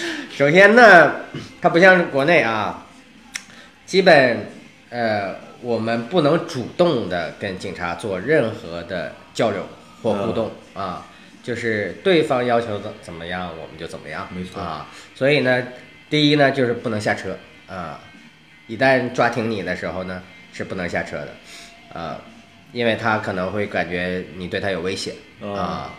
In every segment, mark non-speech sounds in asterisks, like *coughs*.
*laughs* 首先呢，它不像国内啊，基本呃，我们不能主动的跟警察做任何的交流或互动、啊，就是对方要求怎怎么样，我们就怎么样，没错啊。所以呢，第一呢，就是不能下车啊，一旦抓停你的时候呢，是不能下车的啊，因为他可能会感觉你对他有威胁哦啊。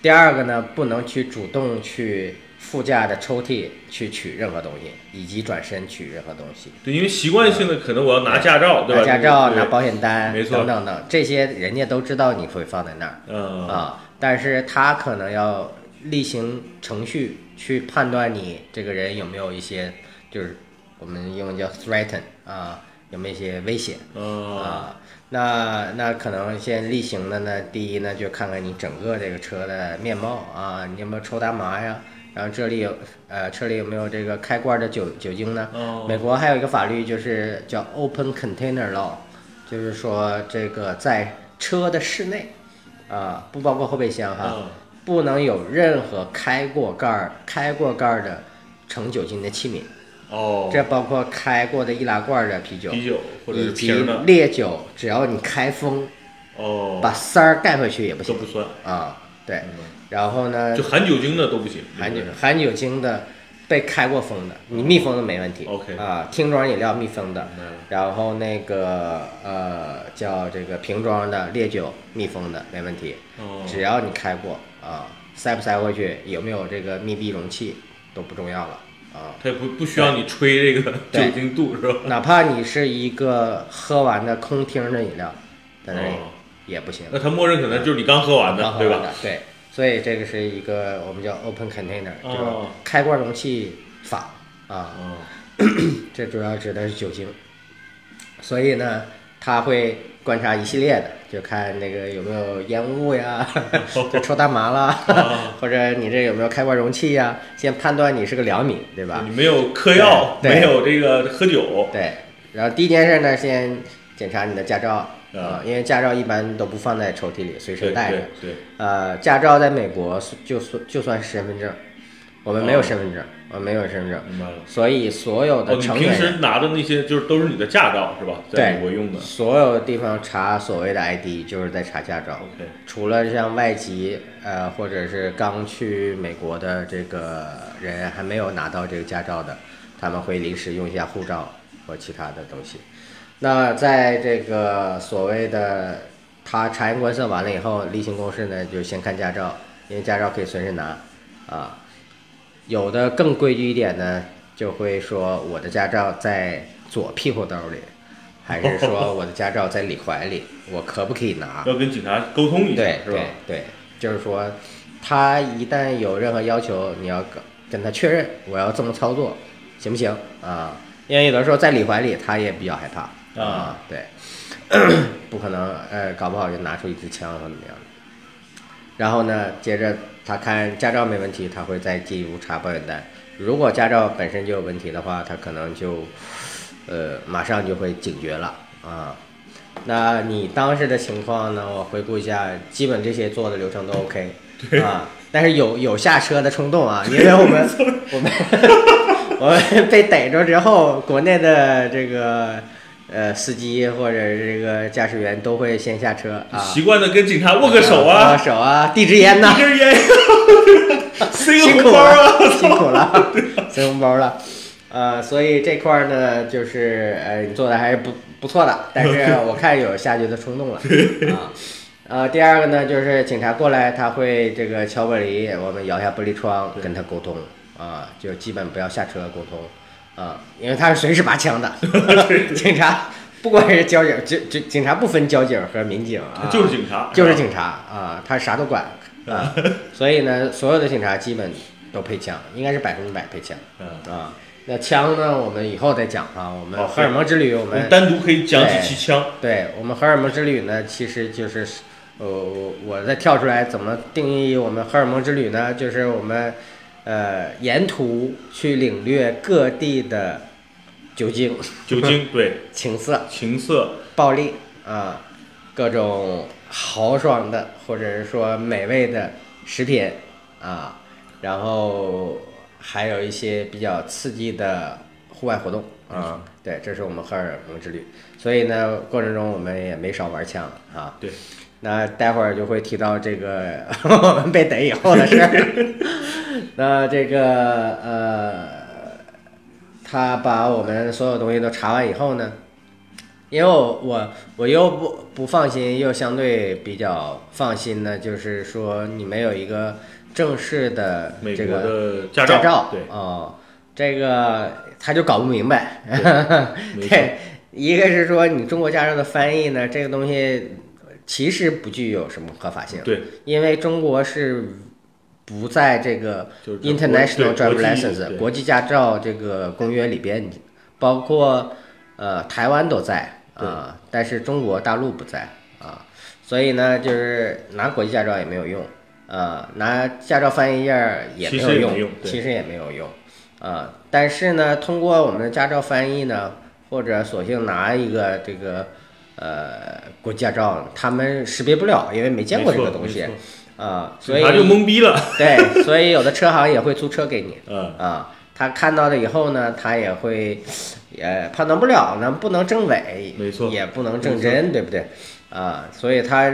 第二个呢，不能去主动去副驾的抽屉去取任何东西，以及转身取任何东西。对，因为习惯性的可能我要拿驾照，对吧？拿驾照、对拿保险单，没错等等等，这些人家都知道你会放在那儿嗯啊，但是他可能要例行程序去判断你这个人有没有一些，就是我们英文叫 threaten 啊，有没有一些威胁嗯，啊。那那可能先例行的呢，第一呢就看看你整个这个车的面貌啊，你有没有抽大麻呀？然后这里有呃车里有没有这个开罐的酒酒精呢？哦美国还有一个法律就是叫 Open Container Law，就是说这个在车的室内啊、不包括后备箱哈，嗯不能有任何开过盖儿、开过盖儿的盛酒精的器皿，哦，这包括开过的易拉罐的啤酒。啤酒或者以是及瓶的，烈酒，只要你开封，哦，把塞儿盖回去也不都行不算，啊。对，然后呢就，含酒精的都不行，含对酒不对含酒精的，被开过封的，你密封的没问题。 OK 啊，听装饮料密封的明白了，然后那个呃叫这个瓶装的烈酒密封的没问题，哦只要你开过啊，塞不塞回去，有没有这个密闭容器都不重要了啊。它也不不需要你吹这个对 *laughs* 酒精度是吧？哪怕你是一个喝完的空瓶的饮料，在那里哦也 *laughs* 不行。那它默认可能就是你刚喝完然的，后对吧？？对，所以这个是一个我们叫 open container，哦就是开罐容器法啊，哦，这主要指的是酒精。所以呢，他会观察一系列的，就看那个有没有烟雾呀， *laughs* 就抽大麻哦啦， *laughs* 或者你这有没有开罐容器呀，先判断你是个良民，对吧？你没有嗑药，啊对对没有这个喝酒，对，然后第一件事呢，先检查你的驾照啊啊，因为驾照一般都不放在抽屉里，随对身带着对。对，呃，驾照在美国是就算就算是身份证，我们没有哦身份证，我们没有身份证，明白了。所以所有哦，的你成平年时人、拿的那些就是都是你的驾照是吧？在美对国用的。所有地方查所谓的 ID 就是在查驾照， OK，呃除了像外籍呃或者是刚去美国的这个人还没有拿到这个驾照的，他们会临时用一下护照和其他的东西。那在这个所谓的他察言观色完了以后，例行公事呢，就先看驾照，因为驾照可以随身拿啊。有的更规矩一点呢，就会说我的驾照在左屁股兜里，还是说我的驾照在里怀里，我可不可以拿？要跟警察沟通一下对是吧对？对，就是说，他一旦有任何要求，你要跟跟他确认，我要这么操作，行不行啊？因为有的时候在李怀里，他也比较害怕啊，对， *clears throat* 不可能，呃，搞不好就拿出一支枪或怎么样的。然后呢，接着他看驾照没问题，他会再进一步查保险单。如果驾照本身就有问题的话，他可能就，呃，马上就会警觉了啊。那你当时的情况呢？我回顾一下，基本这些做的流程都 OK 啊，但是有有下车的冲动啊，因为我们我们 *laughs* 我们被逮着之后，国内的这个呃司机或者这个驾驶员都会先下车啊，习惯的跟警察握个手啊，握手啊，递支烟呐一，根烟， *laughs* 塞辛个苦红包啊， *laughs* 了，辛苦了， *laughs* 塞红包了。呃，所以这块儿呢，就是呃，你做的还是不不错的，但 *laughs* 是我看有下去的冲动了啊。呃，第二个呢，就是警察过来，他会这个敲玻璃，我们摇下玻璃窗跟他沟通啊，就基本不要下车沟通啊，因为他是随时拔枪 *laughs* 的，警察不管是交警，警警警察不分交警和民警啊， *laughs* 就是警察，就是吧警察啊，他啥都管啊，所以呢，所有的警察基本都配枪，应该是百分之百配枪嗯，啊。那枪呢，我们以后再讲啊。我们好荷尔蒙之旅，我我们们单独可以讲哎几期枪，对我们荷尔蒙之旅呢，其实就是，呃，我我再跳出来怎么定义我们荷尔蒙之旅呢？就是我们，呃，沿途去领略各地的酒精、酒 *laughs* 精对，情色、情色，暴力啊，各种豪爽的或者是说美味的食品啊，然后还有一些比较刺激的户外活动啊。对，这是我们荷尔蒙之旅。所以呢，过程中我们也没少玩枪啊。对，那待会儿就会提到这个 *laughs* 我们被逮以后的事儿。 *laughs* 那这个呃，他把我们所有东西都查完以后呢，因为我我我又不不放心，又相对比较放心呢，就是说你没有一个正式的美这国个的驾 *laughs* 照，对，哦，这个他就搞不明白。没错对，一个是说你中国驾照的翻译呢，这个东西其实不具有什么合法性，对，因为中国是不在这个就是这国 International 对 Driver 国际 License 对国际驾照这个公约里边，包括呃台湾都在啊、但是中国大陆不在啊、所以呢，就是拿国际驾照也没有用啊、拿驾照翻译页儿也没有其实也没用对其实也没有用啊、但是呢，通过我们的驾照翻译呢，或者索性拿一个这个呃国际驾照，他们识别不了，因为没见过这个东西没啊错、所以他就懵逼 *laughs* 了，对，所以有的车行也会租车给你嗯，啊。他看到了以后呢，他也会，也判断不了呢，不能证伪，没错也不能证真，对不对？啊，所以他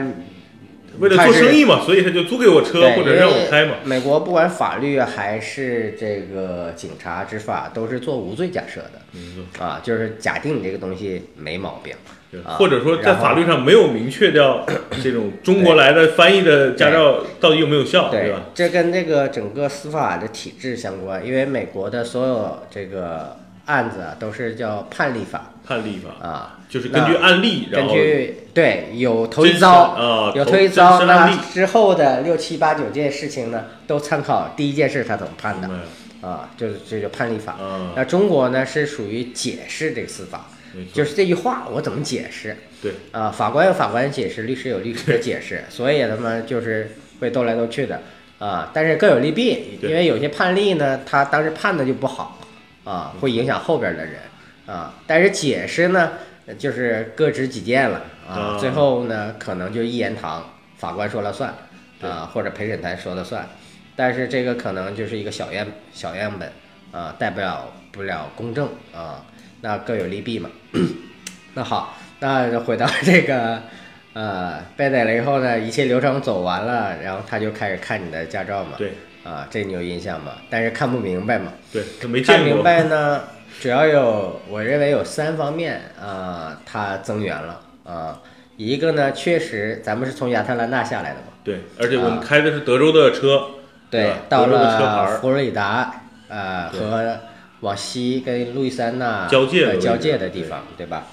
为了他做是生意嘛，所以他就租给我车对或因者为让我开嘛，美国不管法律啊还是这个警察执法，都是做无罪假设的嗯啊，就是假定你这个东西没毛病，对啊或者说在然后法律上没有明 *coughs* 确掉这种中国来的翻译的驾照到底有没有效，啊对对吧？，这跟这个整个司法的体制相关，因为美国的所有这个案子啊，都是叫判例法判例法啊。就是根据那案例，然根后据对有头一真实遭，啊，有头头一真遭，实那案例之后的六七八九件事情呢，都参考第一件事他怎么判的明白了啊，就是这就判例法。啊，那中国呢是属于解释这个司法，没错，就是这句话我怎么解释对，啊？法官有法官解释，律师有律师的解释，所以他们就是会斗来斗去的啊。但是各有利弊，对因为有些判例呢，他当时判的就不好啊，会影响后边的人啊。但是解释呢，就是各执己见了啊啊，最后呢可能就一言堂，法官说了算对啊，或者陪审团说了算。但是这个可能就是一个小样小样本啊，代表不了公正啊，那各有利弊嘛。 *coughs* 那好，那就回到这个呃被逮了以后呢，一切流程走完了，然后他就开始看你的驾照嘛，对啊，这你有印象吗？但是看不明白嘛，对，他没看见明过，白呢，主要有我认为有三方面啊、他增援了啊、一个呢，确实咱们是从亚特兰大下来的嘛，对，而且我们啊开的是德州的车，对吧到德州的车牌了儿佛罗里达，呃，对和往西跟路易斯安那交界的呃位置交界的地方，对吧？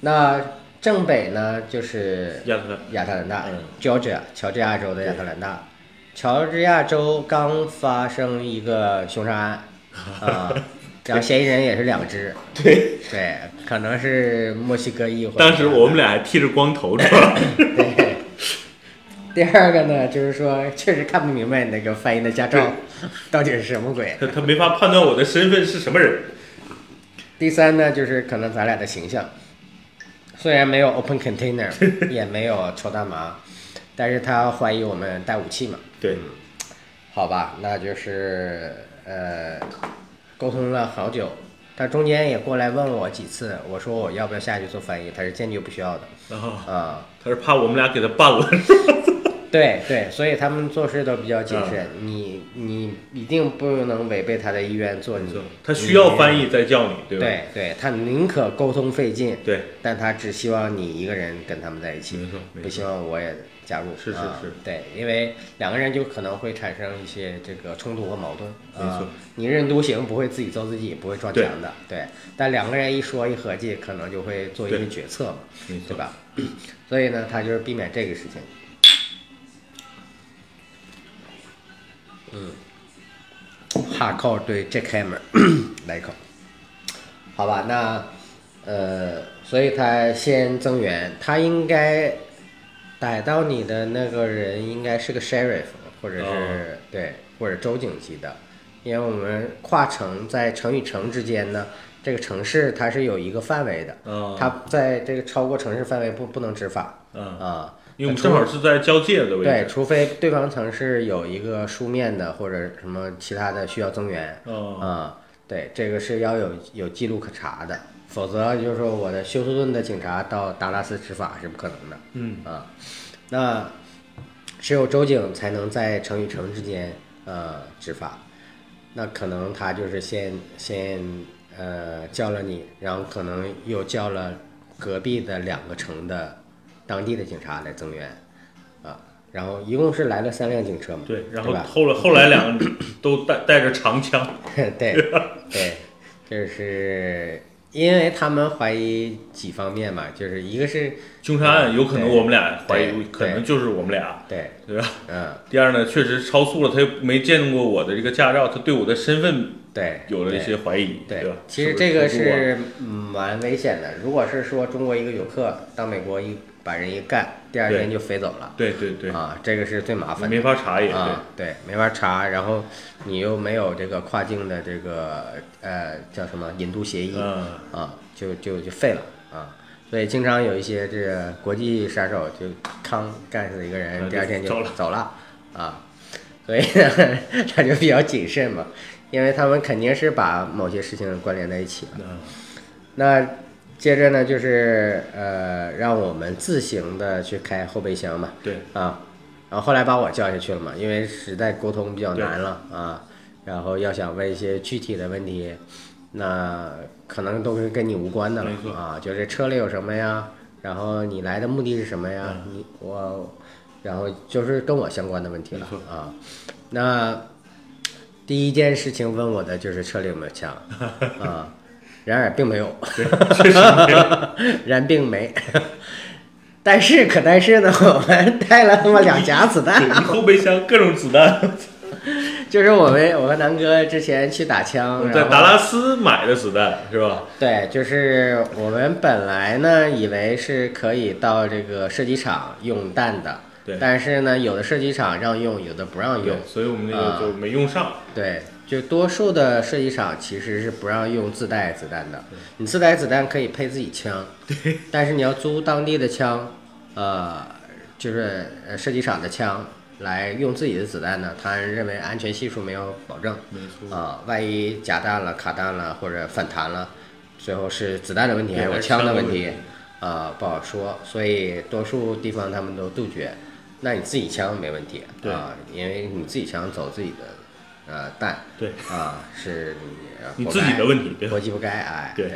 那正北呢，就是亚特兰，亚特兰大嗯，Georgia，乔治亚州的亚特兰大。乔治亚州刚发生一个凶杀案， *laughs* 啊、然后嫌疑人也是两只，对，对，可能是墨西哥裔或者。当时我们俩还剃着光头是吧？ *coughs* 对。 *laughs* 第二个呢，就是说确实看不明白你那个翻译的驾照到底是什么鬼。他他没法判断我的身份是什么人，第三呢，就是可能咱俩的形象，虽然没有 open container，也没有抽大麻，但是他怀疑我们带武器嘛。对，好吧，那就是呃，沟通了好久，他中间也过来问我几次，我说我要不要下去做翻译，他是坚决不需要的然后啊、他是怕我们俩给他办了，对对，所以他们做事都比较谨慎，嗯你你一定不能违背他的意愿做你，他需要翻译，译再叫你，对吧？对对，他宁可沟通费劲，对，但他只希望你一个人跟他们在一起，没错，没不错，希望我也加入。是是啊是对，因为两个人就可能会产生一些这个冲突和矛盾。没错啊你认独行不会自己揍自己，不会撞墙的。对，但两个人一说一合计，可能就会做一些对决策嘛，没对错，吧？ *clears throat* 所以呢，他就是避免这个事情。嗯，哈扣对 Jack Hammer *coughs* 来一口，好吧，那呃，所以他先增援，他应该逮到你的那个人应该是个 sheriff，或者是、哦对，或者州警级的，因为我们跨城在城与城之间呢，这个城市它是有一个范围的，啊它在这个超过城市范围不不能执法啊，啊。因为我们正好是在交界的位对，置。除非对方曾是有一个书面的或者什么其他的需要增援，哦，啊、对，这个是要有有记录可查的，否则就是说我的休斯顿的警察到达拉斯执法是不可能的。嗯啊，那只有州警才能在城与城之间呃执法。那可能他就是先先呃叫了你，然后可能又叫了隔壁的两个城的当地的警察来增援啊，然后一共是来了三辆警车嘛，对，然后吧后来后来两个都带带着长枪， *laughs* *laughs* 对对，就是因为他们怀疑几方面嘛，就是一个是凶杀案有可能对我们俩怀疑对，可能就是我们俩，对，对吧？嗯，第二呢，确实超速了，他又没见过我的这个驾照，他对我的身份对，有了一对些怀疑，对吧？其实不这个超速啊是蛮危险的。如果是说中国一个游客到美国一把人一干，第二对天就飞走了，对对对，啊，这个是最麻你烦的没法查也对啊，对，没法查。然后你又没有这个跨境的这个呃叫什么引渡协议，嗯，啊，就就就废了啊。所以经常有一些这个国际杀手就康干死一个啊人，第二天就走走了了啊。所以呢 *laughs* 他就比较谨慎嘛，因为他们肯定是把某些事情关联在一起了。嗯那接着呢，就是呃，让我们自行的去开后备箱嘛，对， *laughs* 啊，然后后来把我叫下去了嘛，因为实在沟通比较对难了啊，然后要想问一些具体的问题，那可能都是跟你无关的了没错啊，就是车里有什么呀，然后你来的目的是什么呀，嗯你我，然后就是跟我相关的问题了没啊，那第一件事情问我的就是车里有没有枪啊，然而并没有，确实没有 *laughs* 然并没。但是可但是呢，我们带了他妈两夹子弹，对后备箱各种子弹，就是我们我和南哥之前去打枪，然在后达拉斯买的子弹是吧？对，就是我们本来呢以为是可以到这个射击场用弹的，对但是呢有的射击场让用，有的啊不让用对，，所以我们那个就没用上。对，就多数的射击场其实是不让用自带子弹的，你自带子弹可以配自己枪，但是你要租当地的枪，呃，就是呃射击场的枪来用自己的子弹呢，他认为安全系数没有保证没错，啊、万一夹弹了、卡弹了或者反弹了，最后是子弹的问题还对是我还是枪的的问问题题啊、不好说，所以多数地方他们都杜绝。那你自己枪没问题对啊、因为你自己枪走自己的呃弹。对啊，是你呃你活自己该的问题，别国际不该哎，对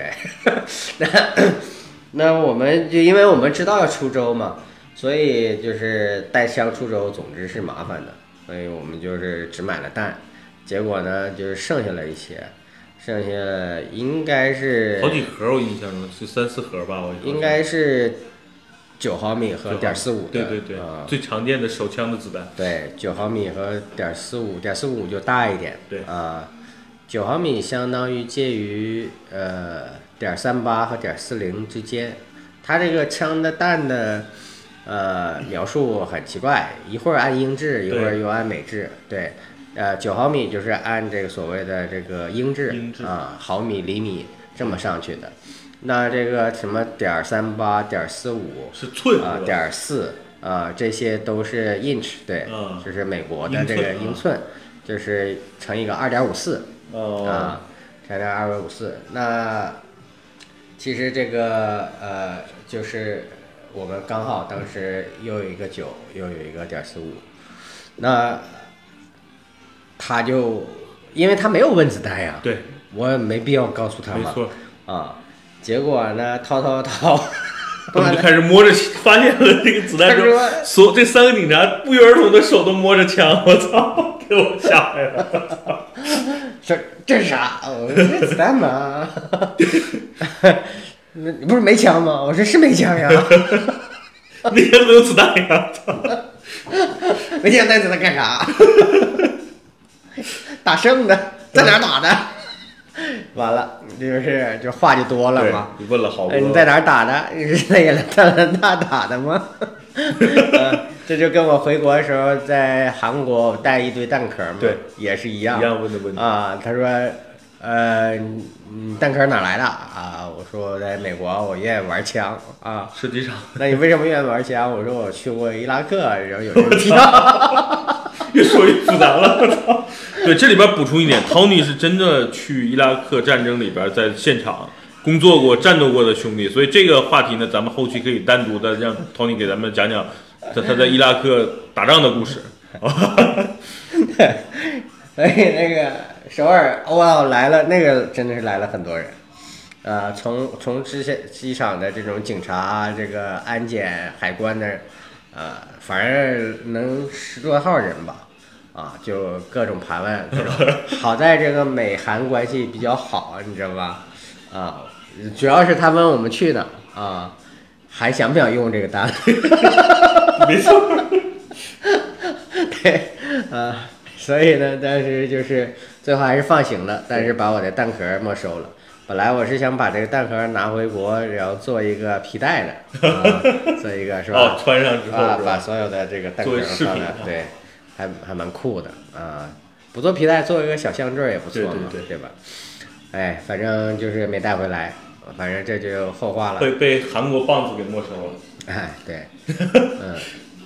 *laughs* 那 *coughs* 那我们就因为我们知道要出州嘛，所以就是带枪出州，总之是麻烦的，所以我们就是只买了弹，结果呢就是剩下了一些，剩下应该是好几盒，我印象中是三四盒吧，我印象中应该是九毫米和就好点四五的，对对对啊，最常见的手枪的子弹，对，九毫米和点四五，点四五就大一点。对啊，九、毫米相当于介于呃点三八和点四零之间。它这个枪的弹的呃描述很奇怪，一会儿按英制，一会儿对又按美制。对，呃，九毫米就是按这个所谓的这个英制英制啊，毫米、厘米这么上去的。那这个什么点三八、点四五是寸啊，是吧？点儿四啊，这些都是 inch，对，嗯就是美国的英这寸个啊英寸，就是乘以个二点五四哦，啊，乘以二点五四。那其实这个呃，就是我们刚好当时又有一个九，又有一个点四五，那他就因为他没有问子弹呀，对，我也没必要告诉他没嘛错，啊。结果呢，掏掏 *laughs* 掏，他们就开始摸着，发现了这个子弹之他后，所这三个警察不约而同的手都摸着枪，我操，给我吓坏了。这这是啥？哦我说这子弹嘛，那你 *laughs* 不是没枪吗？我说是没枪呀，那些没有子弹呀，操，没枪带子弹干啥？打剩的， *laughs* 在哪儿打的？完了，就是就话就多了嘛。对你问了好多，哎，你在哪儿打的？你是在亚特兰大打的 *laughs* 吗？呃这就跟我回国的时候在韩国我带一堆弹壳嘛，对，也是一一样。样问的问题，啊，他说，呃，你蛋壳哪来的啊？我说在美国，我愿意玩枪啊。射击场那你为什么愿意玩枪？我说我去过伊拉克，然后有 *laughs* 人提到，越说越复杂了。我操！ *laughs* 对，这里边补充一点，Tony 是真的去伊拉克战争里边在现场工作过、战斗过的兄弟，所以这个话题呢，咱们后期可以单独的让 Tony 给咱们讲讲他他在伊拉克打仗的故事。 *laughs* 所以那个首尔哇来了，那个真的是来了很多人。呃，从从之前机场的这种警察、啊这个安检、海关的，呃，反正能十多号人吧，啊，就各种盘问，各种。好在这个美韩关系比较好，你知道吧？啊，主要是他问我们去哪儿啊，还想不想用这个单？ *laughs* 没错， *laughs* 对，啊，所以呢，当时就是最后还是放行了，但是把我的蛋壳没收了。本来我是想把这个蛋壳拿回国，然后做一个皮带的，啊、做一个是 *laughs* *laughs* 哦吧，？穿上之后啊，是把吧？所有的这个蛋作壳为饰放品在啊对，还还蛮酷的啊。不做皮带，做一个小项坠也不错对对嘛，对吧？哎，反正就是没带回来，反正这就后话了。被被韩国棒子给没收了。哎，对，嗯，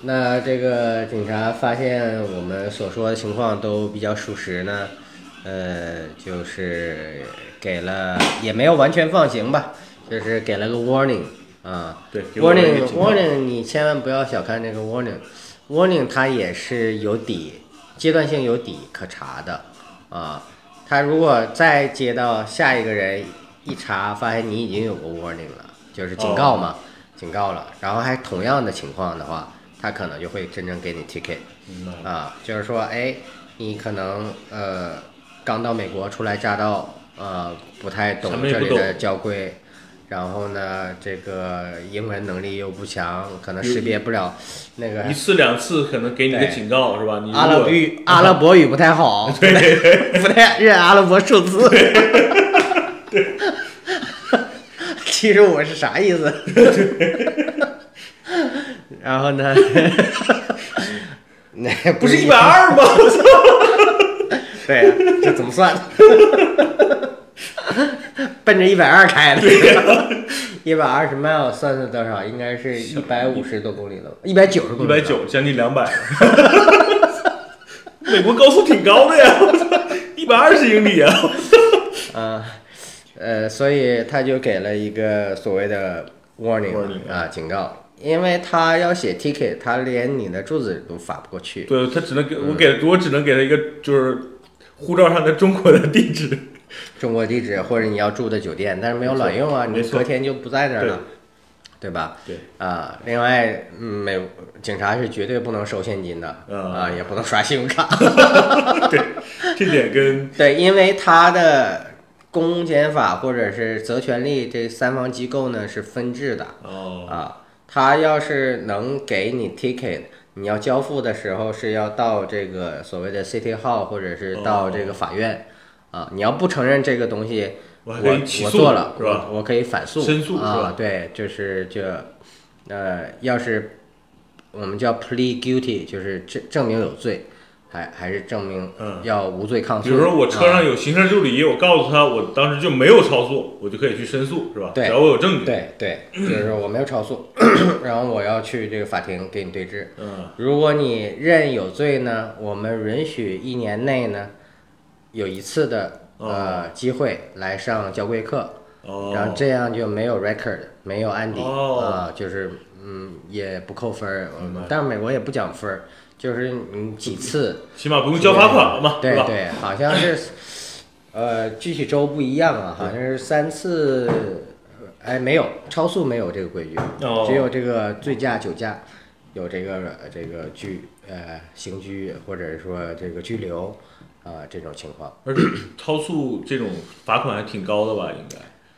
那这个警察发现我们所说的情况都比较属实呢，呃，就是给了也没有完全放行吧，就是给了个 warning 啊对给我一，warning 个警告 warning，你千万不要小看这个 warning。warning 它也是有底，阶段性有底可查的啊。他如果再接到下一个人一查，发现你已经有过 warning 了，就是警告嘛，警告了，然后还同样的情况的话，他可能就会真正给你 ticket 明白了啊，就是说，哎，你可能呃刚到美国初来乍到，呃不太懂什么也这不里的懂交规。然后呢，这个英文能力又不强，可能有识别不了那个嗯一次两次可能给你个对警告是吧？你如阿拉伯果 *laughs* 语阿拉伯语不太好，不太 *laughs* 不太认阿拉伯数字。 *laughs* 七十五是啥意思？ *laughs* 然后 *laughs* 呢？那不是一百二 *laughs* 吗？对呀、这怎么算？奔着一百二开的，一百二十 mile 算算多少？应该是一百五十多公里了吧，一百九十公一里了，百九，将近两百。 *laughs* 美国高速挺高的呀，一百二十英里啊！啊，呃，所以他就给了一个所谓的 warning, Warning 嗯啊警告，因为他要写 ticket，他连你的住址都发不过去。对他只能给我嗯给我只能给他一个就是护照上的中国的地址。中国地址或者你要住的酒店，但是没有卵用啊，没你错隔天就不在这儿了，对吧？对啊，另外，嗯美警察是绝对不能收现金的，啊啊，也不能刷信用卡， *laughs* 对，这点跟对，因为他的公检法或者是责权利这三方机构呢是分治的，哦啊，他要是能给你 ticket，你要交付的时候是要到这个所谓的 city hall 或者哦是到这个法院、啊。你要不承认这个东西，我我还可以起诉我做了是吧我我可以反诉申诉是吧啊，对，就是就呃，要是我们叫 plead guilty，就是证证明有罪，还还是证明嗯要无罪抗比诉。如说我车啊上有行车记录仪，我告诉他我当时就没有超速，我就可以去申诉是吧？对只要我有证据。对对，就是我没有超速， *coughs* 然后我要去这个法庭给你对质。嗯，如果你认有罪呢，我们允许一年内呢有一次的呃机会来上交规课，然后哦哦，这样就没有 record，没有案底啊、哦就是嗯也不扣分儿明白，但是美国也不讲分儿，就是你几次起码不用交罚款了嘛，对是吧？对，好像是，呃，具体州不一样啊，好像是三次，哎，没有超速没有这个规矩，哦只有这个醉驾、酒驾有这个呃这个拘呃刑拘或者说这个拘留啊、这种情况。而且超速这种罚款还挺高的吧？应该。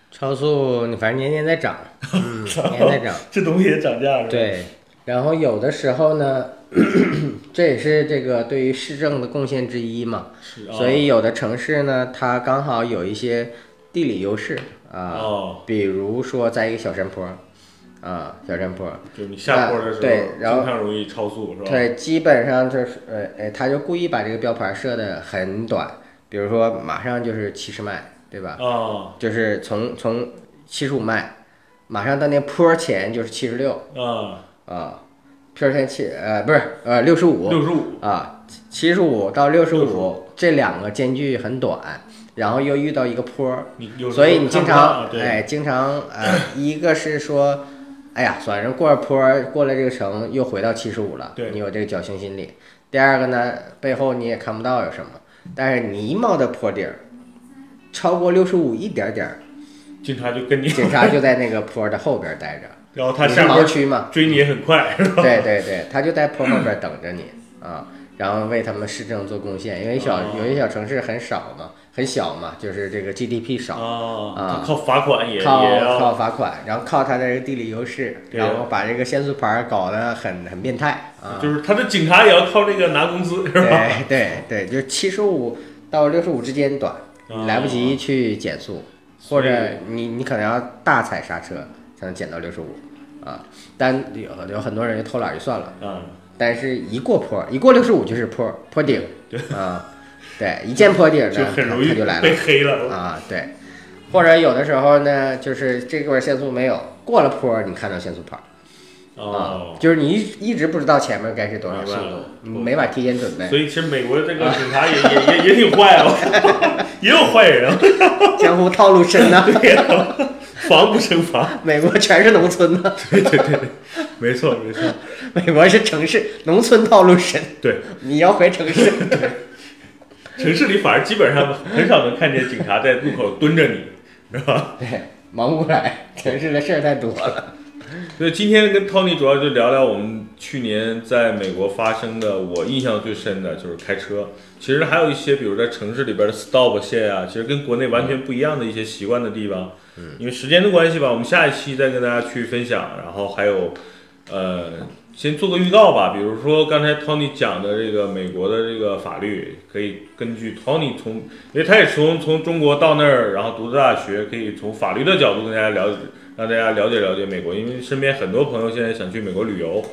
超速你反正年年在涨，嗯，年年在涨。 *laughs* 这东西也涨价是吧？，对，然后有的时候呢， *clears throat* 这也是这个对于市政的贡献之一嘛。是啊所以有的城市呢，它刚好有一些地理优势啊，哦，比如说在一个小山坡，啊，小山坡，就是你下坡的时候，啊对然后经常容易超速是吧？对，基本上就是呃，哎，他就故意把这个标牌设的很短，比如说马上就是七十迈，对吧？啊就是从从七十五迈，马上到那坡前就是七十六啊，啊，坡前七呃不是呃六十五六十五啊，七十五到六十65五这两个间距很短，然后又遇到一个坡儿，你有时候所以你经看不到常啊对哎经常呃一个是说。哎呀，反正过了坡儿，过了这个城，又回到七十五了。对你有这个侥幸心理。第二个呢，背后你也看不到有什么，但是你一冒到坡顶儿，超过六十五一点点儿，警察就 *laughs* 跟你，警察就在那个坡的后边待着，然后他你是下盲边区嘛，追你也很快， *laughs* 是吧？啊对对对，他就在坡后边等着你啊，然后为他们市政做贡献，因为小哦有些小城市很少嘛，很小嘛，就是这个 GDP 少，啊，啊他靠罚款也也靠要靠罚款，然后靠他的这个地理优势，对然后把这个限速牌儿搞得很很变态啊，就是他的警察也要靠这个拿工资，是吧？对对对，就是七十五到六十五之间短，哦你来不及去减速，或者你你可能要大踩刹车才能减到六十五啊。但有有很多人就偷懒就算了，啊，但是一过坡，一过六十五就是坡坡顶啊，对，一见坡顶呢，就很容易他就来被黑了。了啊，对。或者有的时候呢，就是这块限速没有，过了坡你看到限速牌啊哦，，就是你一一直不知道前面该是多少速明白度了，你没法提前准备。所以其实美国的这啊个警察也也也也挺坏哦， *laughs* 也有坏人啊，江湖套路深呐， *laughs* 对呀，防不胜防。美国全是农村呐， *laughs* 对对对， *laughs* 没错没错，美国是城市，农村套路深。对，你要回城市， *laughs* 城市里反而基本上很少能看见警察在路口蹲着你，是吧？对，忙不过来，城市的事儿太多了。所以今天跟 Tony 主要就聊聊我们去年在美国发生的，我印象最深的就是开车。其实还有一些，比如在城市里边的 stop 线啊，其实跟国内完全不一样的一些习惯的地方。嗯，因为时间的关系吧，我们下一期再跟大家去分享。然后还有，呃，先做个预告吧。比如说刚才 Tony 讲的这个美国的这个法律，可以根据 Tony 从，因为他也从从中国到那儿，然后读的大学，可以从法律的角度跟大家了解。让大家了解了解美国，因为身边很多朋友现在想去美国旅游，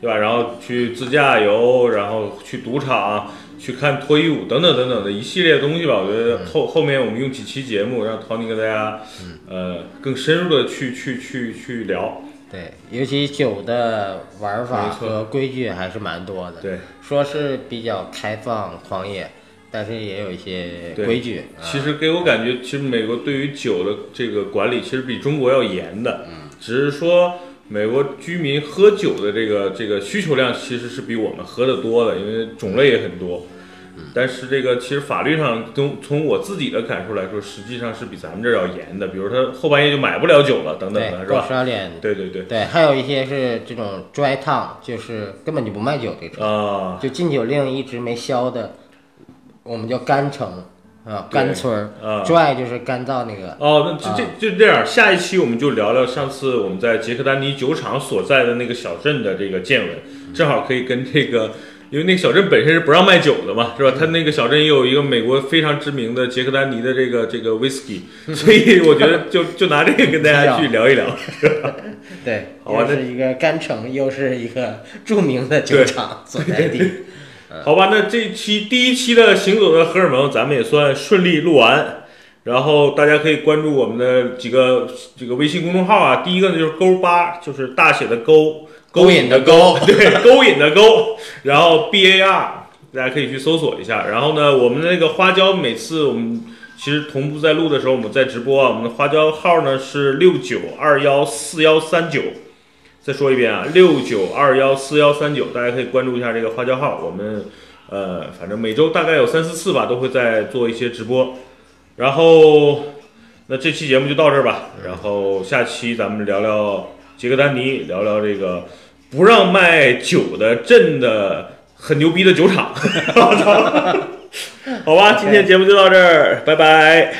对吧？然后去自驾游，然后去赌场，啊去看脱衣舞等等等等的一系列东西吧。我觉得后后面我们用几期节目让 Tony 跟大家，呃，更深入的去去去去聊。对，尤其酒的玩法没错和规矩还是蛮多的。对，说是比较开放狂野，但是也有一些对规矩。啊其实给我感觉，其实美国对于酒的这个管理其实比中国要严的，只是说美国居民喝酒的这个这个需求量其实是比我们喝的多的，因为种类也很多。但是这个其实法律上从从我自己的感受来说，实际上是比咱们这儿要严的。比如他后半夜就买不了酒了，等等对的，是过吧？十二点，对对对，哎对，还有一些是这种 dry town，就是根本就不卖酒这种，啊、就禁酒令一直没消的，我们叫干城啊，对干村儿啊，dry 就是干燥那个。哦，那这这就这样，下一期我们就聊聊上次我们在杰克丹尼酒厂所在的那个小镇的这个见闻，正好可以跟这个，因为那个小镇本身是不让卖酒的嘛，是吧？它那个小镇也有一个美国非常知名的杰克丹尼的这个这个 whisky，所以我觉得就就拿这个跟大家去聊一聊。对，好吧又是一个干城，又是一个著名的酒厂所在地。好吧，那这期第一期的《行走的荷尔蒙》咱们也算顺利录完，然后大家可以关注我们的几个这个微信公众号啊，第一个呢就是勾八，就是大写的勾， *laughs* 勾引的 *laughs* 勾，对，勾引的勾，然后 B A R，大家可以去搜索一下。然后呢，我们的那个花椒每次我们。其实同步在录的时候，我们在直播啊。我们的花椒号呢是六九二幺四幺三九，再说一遍啊，六九二幺四幺三九，大家可以关注一下这个花椒号。我们呃，反正每周大概有三四次吧，都会在做一些直播。然后，那这期节目就到这儿吧。然后下期咱们聊聊杰克丹尼，聊聊这个不让卖酒的镇的很牛 *laughs* 逼的酒厂。好吧，今天节目就到这儿，拜拜。